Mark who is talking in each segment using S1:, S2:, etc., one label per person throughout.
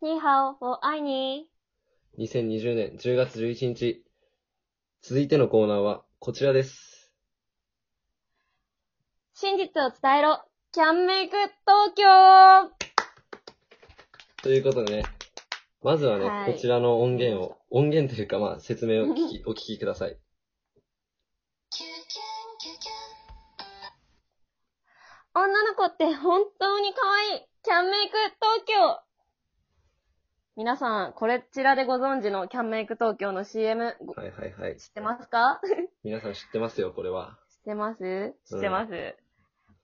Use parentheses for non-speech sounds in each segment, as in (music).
S1: ニーハオを会いに。
S2: 2020年10月11日。続いてのコーナーはこちらです。
S1: 真実を伝えろ。キャンメイク東京
S2: ということでね、まずはね、
S1: はい
S2: こちらの音源を、音源というかまあ説明を
S1: (laughs)
S2: 聞き、お聞きください。
S1: 女の子って本当に可愛い。キャンメイク東京皆さん、これちらでご存知のキャンメイク東京の CM、ご
S2: はいはいはい。
S1: 知ってますか知っ
S2: 皆さん知ってますよ、これは。
S1: てます知ってます、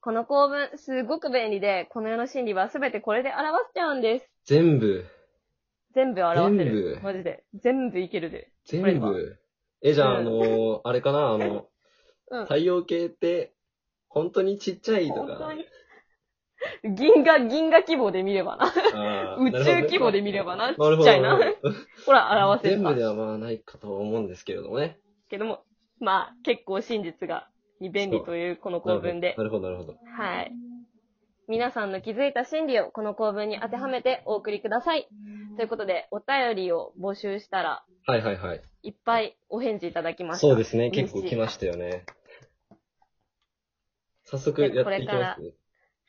S1: この構文、すごく便利で、この世の真理はすべてこれで表せちゃうんです。
S2: 全部、
S1: 全部表せ
S2: 全
S1: る
S2: 部。
S1: マジで。全部いけるで。
S2: 全
S1: これは
S2: 部。え、じゃあ、あ
S1: うん
S2: のーあれかな、あの、
S1: うん。
S2: 太陽系って、本当にちっちゃいと
S1: 本
S2: か。
S1: 当に。銀河、銀河規模で見ればな。
S2: あー
S1: (laughs) 宇宙規模で見ればな。ち
S2: なる
S1: っ
S2: ほ
S1: ち
S2: ど
S1: ゃい
S2: (laughs)
S1: な。
S2: るほど
S1: ほら、表せ
S2: 全
S1: るか
S2: 部で。はまあないかと思うんですけれどもね。
S1: けども、まあ、結構真実が、に便利というこの構文で。
S2: なるほど、なるほど。
S1: はい。皆さんの気づいた真理をこの構文に当てはめてお送りください。ということで、お便りを募集したら、
S2: はいはいはい。
S1: いっぱいお返事いただきました。
S2: そうですね。
S1: 嬉し
S2: 結
S1: い
S2: 構来ましたよね。早速やっていき
S1: これから
S2: ます。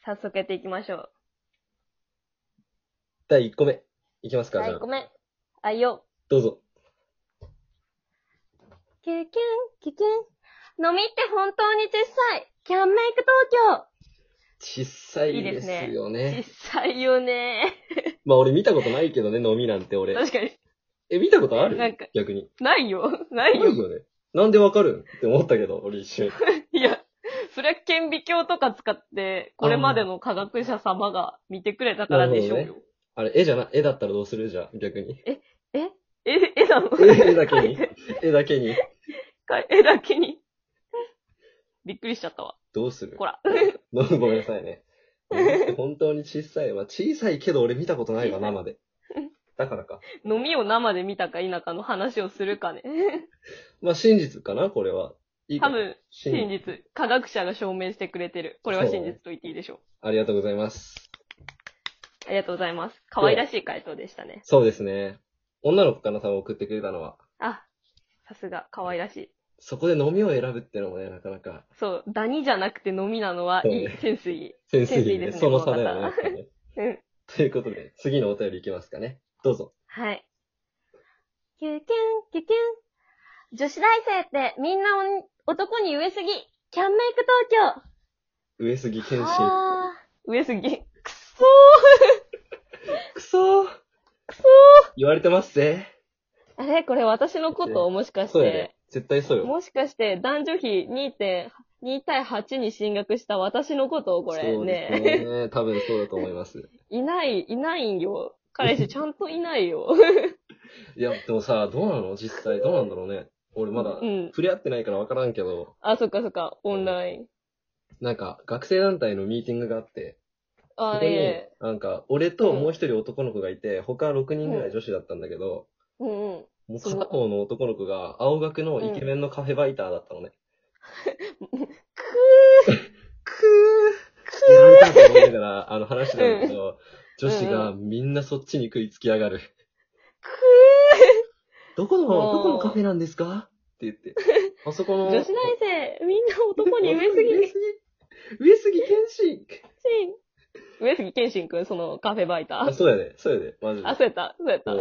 S1: 早速やっていきましょう。
S2: 第1個目。いきますか、じ
S1: 第
S2: ゃあ
S1: 5。目。あいよ。
S2: どうぞ。
S1: キュキュン、キュキュン。飲みって本当に小さい。キャンメイク東
S2: 小さい
S1: いいで
S2: です
S1: すね
S2: よ
S1: 京。
S2: ね。
S1: 小さいよね。
S2: まあ俺見たことないけどね、飲みなんて俺。
S1: 確かに。
S2: え、見たことある
S1: なんか
S2: 逆に。
S1: ないよ。 (laughs) ない
S2: な
S1: よ
S2: い。よね。なんでわかるって思ったけど、俺一瞬。
S1: いや、それは顕微鏡とか使って、これまでの科学者様が見てくれたからでしょう
S2: なる
S1: よ。
S2: あれ、絵じゃな、絵だったらどうするじゃあ、逆に。
S1: え、絵なの
S2: 絵だけに
S1: か。
S2: 絵だけに。
S1: 絵だけに。びっくりしちゃったわ。
S2: どうする
S1: ほら。
S2: ごめんなさいね。本当に小さいわ。小さいけど俺見たことないわ、生
S1: (laughs)
S2: で。だからか。
S1: 飲みを生で見たか否かの話をするかね。
S2: まあ真実かな、これは。いいか
S1: 多分、真。実。科学者が証明してくれてる。これは真実と言っていいでしょう。
S2: ありがとうございます。
S1: ありがとうございます。可愛らしい回答でしたね。
S2: そうですね。女の子かな、多分送ってくれたのは。
S1: あ、さすが、可愛らしい。
S2: そこで飲みを選ぶってのもね、なかなか
S1: そう、ダニじゃなくて飲みなのは
S2: そう
S1: いい、
S2: ね
S1: センスいい。
S2: センスい
S1: センスい
S2: い
S1: い
S2: ね。
S1: ですね
S2: その差だよね。やっ
S1: こ
S2: ぱね
S1: (laughs) うん。
S2: ということで、次のお便りいきますかね。どうぞ。
S1: はい。キュキュン、キュキュン。女子大生ってみんなお男に上すぎ。キャンメイク東
S2: 上杉
S1: 京。
S2: 謙信。
S1: あー上すぎ。くそ
S2: くそー
S1: ー。くそ
S2: 言われてますぜ。
S1: ー。あれこれ私のこともしかし
S2: そうや
S1: て
S2: ね。、絶対そうよ。
S1: もしかして男女比2.8 2対8に進学した私のことをこれ
S2: そう
S1: ね
S2: ですね。多分そうだと思
S1: (laughs)
S2: います。
S1: いない、いないんよ。彼
S2: (laughs)
S1: 氏ちゃんといないよ。
S2: いや、でもさ、どうなの実際、どうなんだろうね。俺まだ
S1: う、ん。
S2: 触れ合ってないから分からんけど、
S1: あ、そっかそっか、オンライン。
S2: なんか、学生団体のミーティングがあって、
S1: あ
S2: そ
S1: ー、
S2: こに
S1: ええ。、
S2: なんか、俺ともう一人男の子がいて、他6人ぐらい女子だったんだけど、
S1: うんうん。
S2: もう片方の男の子が、青学のイケメンのカフェバイターだったのね。
S1: く
S2: くー (laughs) やられたと思いながら、あの話してたんだけど、
S1: うん
S2: 女子がみんなそっちに食いつきやがる。
S1: ー、く
S2: どこの、
S1: もう
S2: どこのカフェなんですかって言って。あそこ
S1: ー。
S2: の。
S1: 女子大生、みんな男に上すぎ。
S2: 上杉。上杉謙信。
S1: 上杉謙信くん、そのカフェバイタ
S2: あ、
S1: ー。
S2: そうやね。そうやね。マジで。
S1: あ、
S2: あ
S1: そうやった、そうやった。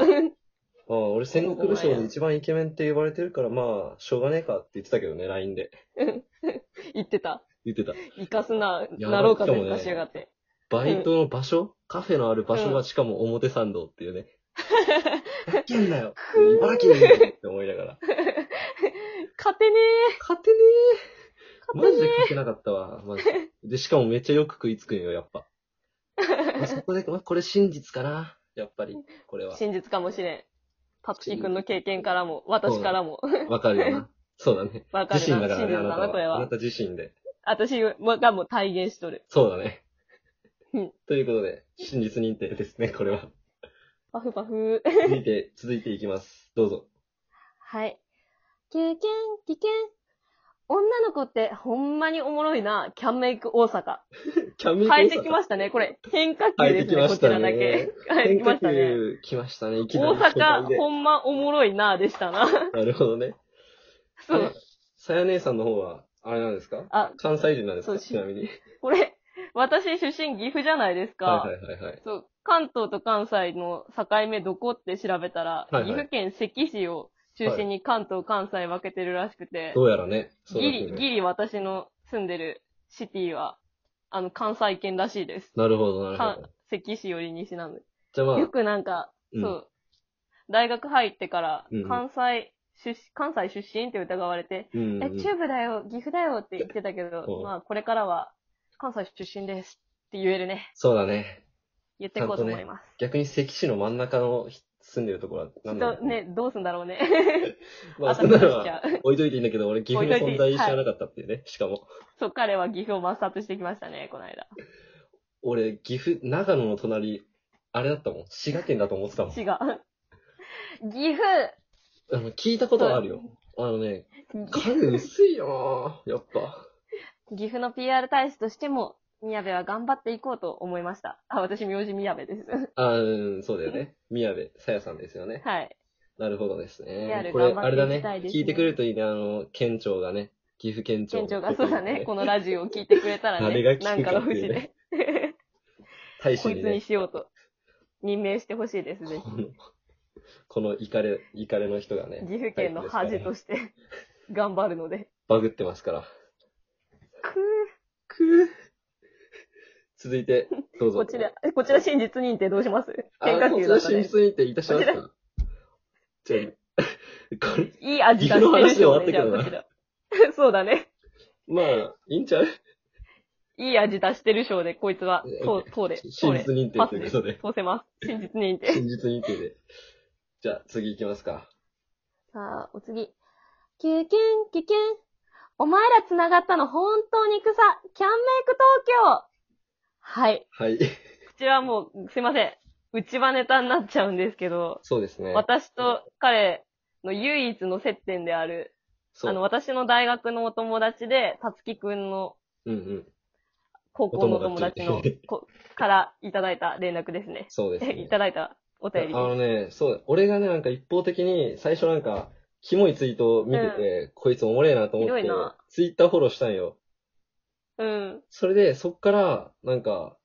S2: 俺戦国武将で一番イケメンって言われてるから、まあ、しょうがねえかって言ってたけどね、LINE で。 (laughs)
S1: (laughs) 言ってた。
S2: 言ってた。
S1: 生かすな、
S2: やば
S1: な
S2: い
S1: ろうか
S2: しか
S1: と
S2: もね
S1: かしやがって。
S2: バイトの場所、カフェのある場所
S1: う
S2: が
S1: ん
S2: しかも表参道っ
S1: (laughs)
S2: ていうね。ふっけんなよ茨城にいるよって思いながら。
S1: 勝てね
S2: 勝てねえ。
S1: 勝
S2: マ
S1: て
S2: ジ
S1: ね
S2: で勝てなかったわ。マジで。で、しかもめっちゃよく食いつくんよ、やっ
S1: (laughs)
S2: ぱ。あそこで、まあこれ真実かな。やっぱり、これ
S1: え
S2: は。
S1: 真実かもしれん。パツキくんの経験からも、私からも。
S2: わかるよな。そうだね。
S1: わか
S2: 自
S1: る
S2: 身
S1: な、
S2: だか
S1: 真
S2: らね、
S1: 実
S2: あな
S1: だ
S2: た
S1: な、これ
S2: は。あな
S1: は。
S2: た自身で。
S1: 私がもう体現しとる。
S2: そうだね
S1: うん。
S2: ということで、真実認定ですね、こ
S1: (laughs)
S2: れは。
S1: パフパフ。
S2: 続いて、続いていきます。どうぞ。
S1: はい。キュキュン、キュキュン。女の子ってほんまにおもろいな、キャンメイク大阪。
S2: キャンメイク
S1: 変えてきましたね、これ。変化球ですね、
S2: 変えてきま
S1: こ
S2: し
S1: ち
S2: た
S1: らだ
S2: ね
S1: け。変えて
S2: 変
S1: きま
S2: 化
S1: したね。
S2: 球来ましたね、いきな
S1: 大
S2: り初回
S1: 阪、
S2: で。
S1: ほんまおもろいな、でした
S2: (laughs)
S1: な。
S2: なるほどね。
S1: そ
S2: あれ
S1: う。
S2: さや姉さんの方は、あれなんですか
S1: あ、
S2: 関西人なんです
S1: そ
S2: か
S1: う
S2: ちなみに。
S1: これ、私出身岐阜じゃないですか。
S2: はいはいはいはい。
S1: そう、関東と関西の境目どこって調べたら、
S2: はいはい
S1: 岐阜県関市を中心に関東、関西分けてるらしくて、
S2: どうやらね。そう
S1: ギ
S2: らしい
S1: リ、
S2: ね
S1: ギリ私の住んでるシティは、あの、関西圏らしいです。
S2: なるほど、なるほ
S1: 関
S2: ど。
S1: 関市より西なので。
S2: じゃあまあ、
S1: よくなんか、
S2: うん
S1: そう、大学入ってから
S2: うんう、ん
S1: 関西出、関西出身って疑われて、
S2: うんう
S1: え、
S2: ん
S1: 中部だよ、岐阜だよって言ってたけ
S2: う
S1: ど、
S2: ん
S1: まあ、これからは関西出身ですって言えるね。
S2: そうだね。
S1: 言っていこうと思います。
S2: 逆に関市の真ん中のひ住んでるところは
S1: き
S2: 何
S1: っ
S2: なんだ
S1: と
S2: ろう。
S1: ね、どうすんだろうね。
S2: (laughs) まあ、
S1: 後
S2: そん
S1: 々
S2: な
S1: 知っ
S2: の
S1: ち
S2: は
S1: ゃう
S2: 置いといていいんだけど、俺岐阜の存在知らなかったっていうね。しかも、
S1: (laughs) そう、彼は岐阜を抹殺してきましたね、この間。
S2: 俺、岐阜、長野の隣、あれだったもん。滋賀県だと思ってたもん。
S1: 違う。岐
S2: あの聞いたことはあるよ。あのね、
S1: 阜
S2: 影薄いよーやっぱ。
S1: 岐阜の PR 大使としても、宮部は頑張っていこうと思いました。あ、私、名字宮部です。 (laughs)
S2: あーうん、そうだよね。宮部さやさんですよね。
S1: はい。
S2: なるほどです
S1: リア
S2: ね。
S1: ル
S2: これ、
S1: 頑
S2: あ
S1: 張っ
S2: れ
S1: てい
S2: だね
S1: きたいですね
S2: 聞いてくれるといいね。あの、県庁がね、岐阜県庁。
S1: 店長が、そうだね、このラジオを聞いてくれたら
S2: 誰
S1: ね
S2: が、聞く
S1: なんか
S2: か
S1: の
S2: って
S1: 節
S2: い
S1: で
S2: うね、大
S1: こ
S2: 使
S1: い
S2: に
S1: つに
S2: ね、
S1: しようと、任命してほしいです、ぜ
S2: この、このイカレ、イカレの人がね
S1: ひ。、岐阜県の恥として、頑張るので。
S2: バグってますから。
S1: く
S2: くー続いて、どう
S1: ー
S2: ぞ。
S1: こちら、えこちら真実認定どうします
S2: あ
S1: 変化
S2: こ
S1: 球
S2: ち
S1: だ
S2: ら
S1: った
S2: 真
S1: ね。
S2: 実にっていたしますかじゃあこれ、
S1: いい味出してるしょうね、
S2: 岐
S1: じゃあ
S2: 阜
S1: こ
S2: の
S1: ち
S2: 話で終
S1: ら。 (laughs) そうだね。
S2: まあ、いいんちゃう
S1: いい味出してる賞で、こいつは、通、通れ。
S2: 真
S1: 通れ
S2: 実認定ということで。
S1: パスす通せます。真実認定。
S2: 真実認定で。じゃあ、次行きますか。
S1: さあ、お次。キュキュン、キュキュン。お前ら繋がったの本当に草。キャンメイク東京はい。
S2: はい。
S1: こちらはもう、すいません。内輪ネタになっちゃうんですけど、
S2: そうですね。
S1: 私と彼の唯一の接点である、
S2: そう
S1: あの、私の大学のお友達で、たつきくんの
S2: うんうん。
S1: 高校のお友達
S2: お
S1: の
S2: 友達、
S1: こからいただいた連絡ですね。
S2: そうです、ね。
S1: (laughs) いただいたお便りです
S2: あのね、そう、俺がね、なんか一方的に、最初なんか、キモいツイートを見てて、こいつおもれえなと思っ
S1: ひ
S2: て
S1: どいな、
S2: ツイッターフォローしたんよ。
S1: うん。
S2: それで、そっから、なんか、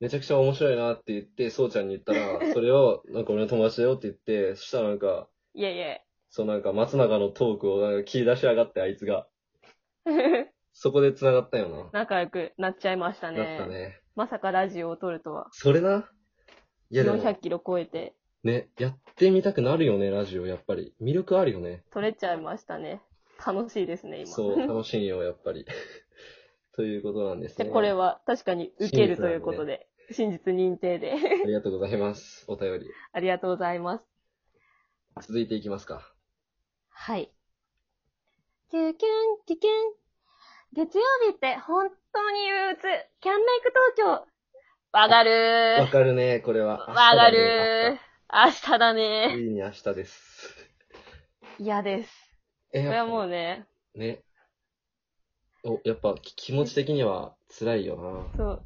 S2: めちゃくちゃ面白いなって言って、そうちゃんに言ったら、それを、なんか俺の友達だよって言って、そしたらなんか、
S1: いえいえ。 (laughs)
S2: そうなんか松永のトークをなんか切り出しやがって、あいつが。そこで繋がったよな。
S1: 仲良くなっちゃいました
S2: なっ
S1: ね。
S2: たね。
S1: まさかラジオを撮るとは。
S2: それな。いやでも、
S1: 400キロ超えて
S2: ね、やってみたくなるよね、ラジオ、やっぱり。魅力あるよね。
S1: 撮れちゃいましたね。楽しいですね、今。
S2: そう、楽しいよ、やっぱり。 (laughs) ということなんです
S1: (laughs) で、
S2: ね。
S1: これ
S2: あ
S1: は確かに受けるということで、真実認定で。 (laughs)
S2: りがとうございます。お便り。
S1: ありがとうございます。
S2: 続いていきますか。
S1: はい。キュキュン、キュキュン。月曜日って本当に憂鬱。キャンメイク東京。わかる
S2: わ
S1: ー。
S2: かるね、これは。
S1: わか
S2: 明
S1: るー。明日だ
S2: 日だね。明
S1: ね
S2: 日ついに明日です。
S1: ー。嫌です。
S2: え、
S1: (laughs) これ
S2: や
S1: は
S2: っ
S1: も
S2: ぱ
S1: うね、
S2: ね。お、やっぱき気持ち的には辛いよな。
S1: そう。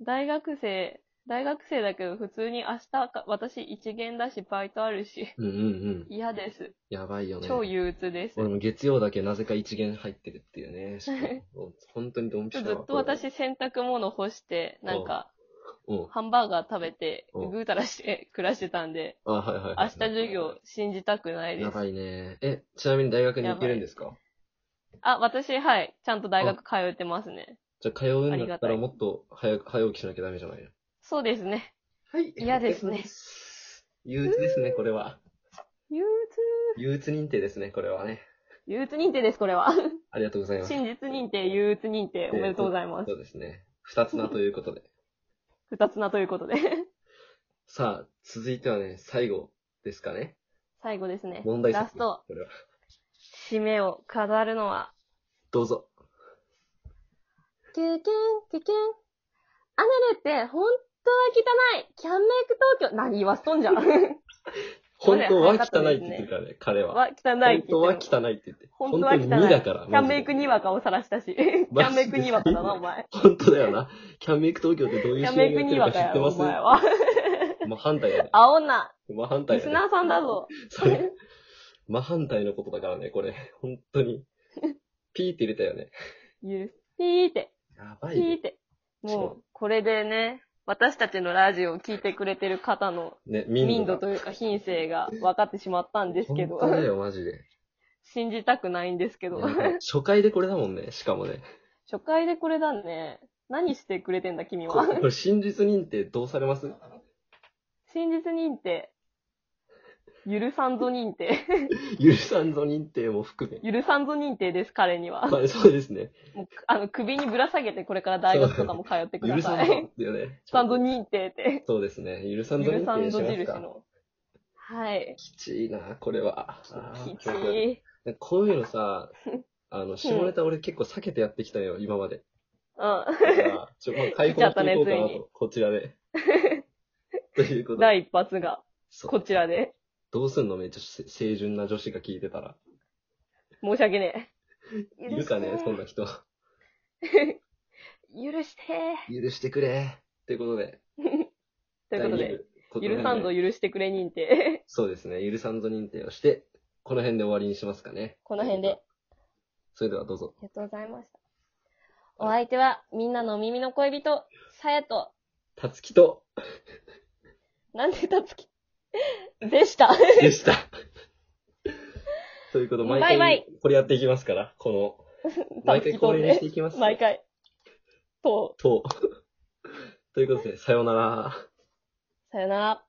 S1: 大学生、大学生だけど普通に明日か、私一限だし、バイトあるし、
S2: うんうんうん。
S1: 嫌です。
S2: やばいよね。
S1: 超憂鬱です。
S2: 俺も月曜だけなぜか一元入ってるっていう
S1: (laughs)
S2: ね。しかも本当にドンピ
S1: ず
S2: シ
S1: っ
S2: ャだわ
S1: と、私洗濯物干して、なんか、
S2: これうん。
S1: ハンバーガー食べて、
S2: うん
S1: ぐうたらして暮らしてたんで、
S2: あ、はいはい、はい。
S1: 明日授業信じたくないで
S2: や
S1: す。
S2: ばいね。え、ちなみに大学に行けるんですか
S1: あ、私、はい、ちゃんと大学通ってますね。
S2: じゃあ通うんだった
S1: ありがた
S2: ら
S1: い
S2: もっと早く、早起きしなきゃダメじゃないの
S1: そうですね。
S2: はい
S1: 嫌ですね。
S2: 憂鬱ですね、これは。
S1: 憂鬱。
S2: 憂鬱認定ですね、これはね。
S1: 憂鬱認定です、これ
S2: (laughs)
S1: は。
S2: ありがとうございます。
S1: 真実認定、憂鬱認定、おめでとうございます
S2: そ。うですね。二つなということで。
S1: 二つなということで。 (laughs)
S2: さあ、続いてはね、最後ですかね。
S1: 最後ですね。
S2: 問題作。
S1: ラスト、
S2: これは。
S1: 締めを飾るのは、
S2: どうぞ。
S1: キュキュン、キュキュン。ア (laughs) ネルって本当は汚い。キャンメイク東京。何言わすとんじゃん。
S2: 本当は汚いって言ってるからね、彼は。
S1: わ、汚い
S2: 本
S1: って
S2: 当
S1: 言
S2: は
S1: ってる。
S2: 汚いって言って。
S1: 本当は汚い
S2: 本当に2だから。
S1: キャンメイクにわかを晒したし。キャンメイクにわかだな、お前。
S2: 本当だよな。キャンメイク東京ってどう
S1: キ
S2: いう
S1: ャン
S2: CM
S1: メイ
S2: や
S1: ク
S2: って
S1: に
S2: るか
S1: わ
S2: 知
S1: か
S2: っ
S1: や
S2: て
S1: ろ、
S2: ま
S1: お
S2: す
S1: 前は。
S2: 真反対だね。
S1: 青な。
S2: 真反対
S1: リス
S2: だね。
S1: ナーさんだぞ。
S2: それ、真反対のことだからね、これ。本当に。ピーって入れたよね。
S1: 許す。ピーって。
S2: やばい
S1: 聞い
S2: ね。
S1: て。
S2: そう
S1: もう、これでね、私たちのラジオを聞いてくれてる方の
S2: ね、民
S1: 民
S2: 度
S1: 度
S2: が。
S1: というか品性が分かってしまったんですけど
S2: 本、当だよ、マジで。
S1: 信じたくないんですけ
S2: い
S1: ど、
S2: や初回でこれだもんね、しかもね。
S1: 初回でこれだね。何してくれてんだ、君
S2: こ
S1: は
S2: こ。れ真実認定どうされます
S1: 真実認定。許さんぞ認定。 (laughs)
S2: 許さんぞ認定も含め。
S1: 許さんぞ認定です、彼には。
S2: まあ、そうですね。
S1: もうあの、首にぶら下げてこれから大学とかも通ってく
S2: 許
S1: だ
S2: さ
S1: さ
S2: んぞ
S1: い。
S2: ってよね。
S1: (laughs) さんぞ認定って。
S2: そうですね。許さんぞ
S1: 許
S2: 認
S1: さん
S2: 定
S1: ぞ
S2: しま
S1: 印
S2: すか。
S1: の。はい。
S2: きちいな、これは。あー
S1: きちい。
S2: なんかこういう
S1: (laughs)
S2: のさ、あの、下ネタ俺結構避けてやってきたよ、今まで。
S1: うん。
S2: だからちょ、まあ、解放していこう
S1: (laughs) 来
S2: かな
S1: ちゃったねついに
S2: と、こち
S1: (laughs)
S2: らで。ということで、
S1: 第一発が、
S2: そう
S1: こちらで。
S2: どうすんのめっちゃせ清純な女子が聞いてたら。
S1: 申し訳ねえ。
S2: いるかね、そんな人。
S1: 許して
S2: 許してくれ。ということで。
S1: ということで、
S2: 第二部
S1: 許さんぞ。許してくれ認定。
S2: そうですね、許さんぞ認定をして、この辺で終わりにしますかね。
S1: この辺で。あ。
S2: それではどうぞ。
S1: りがとうございました。お相手は、みんなのお耳の恋人、さやと、
S2: たつきと、
S1: なんでたつき、でした。
S2: でした。ということで、毎回、
S1: バイバ
S2: これやっていきますから、この、毎回恒例にしていきます。
S1: 毎回。と、
S2: と、ということで、さようなら。
S1: さよなら。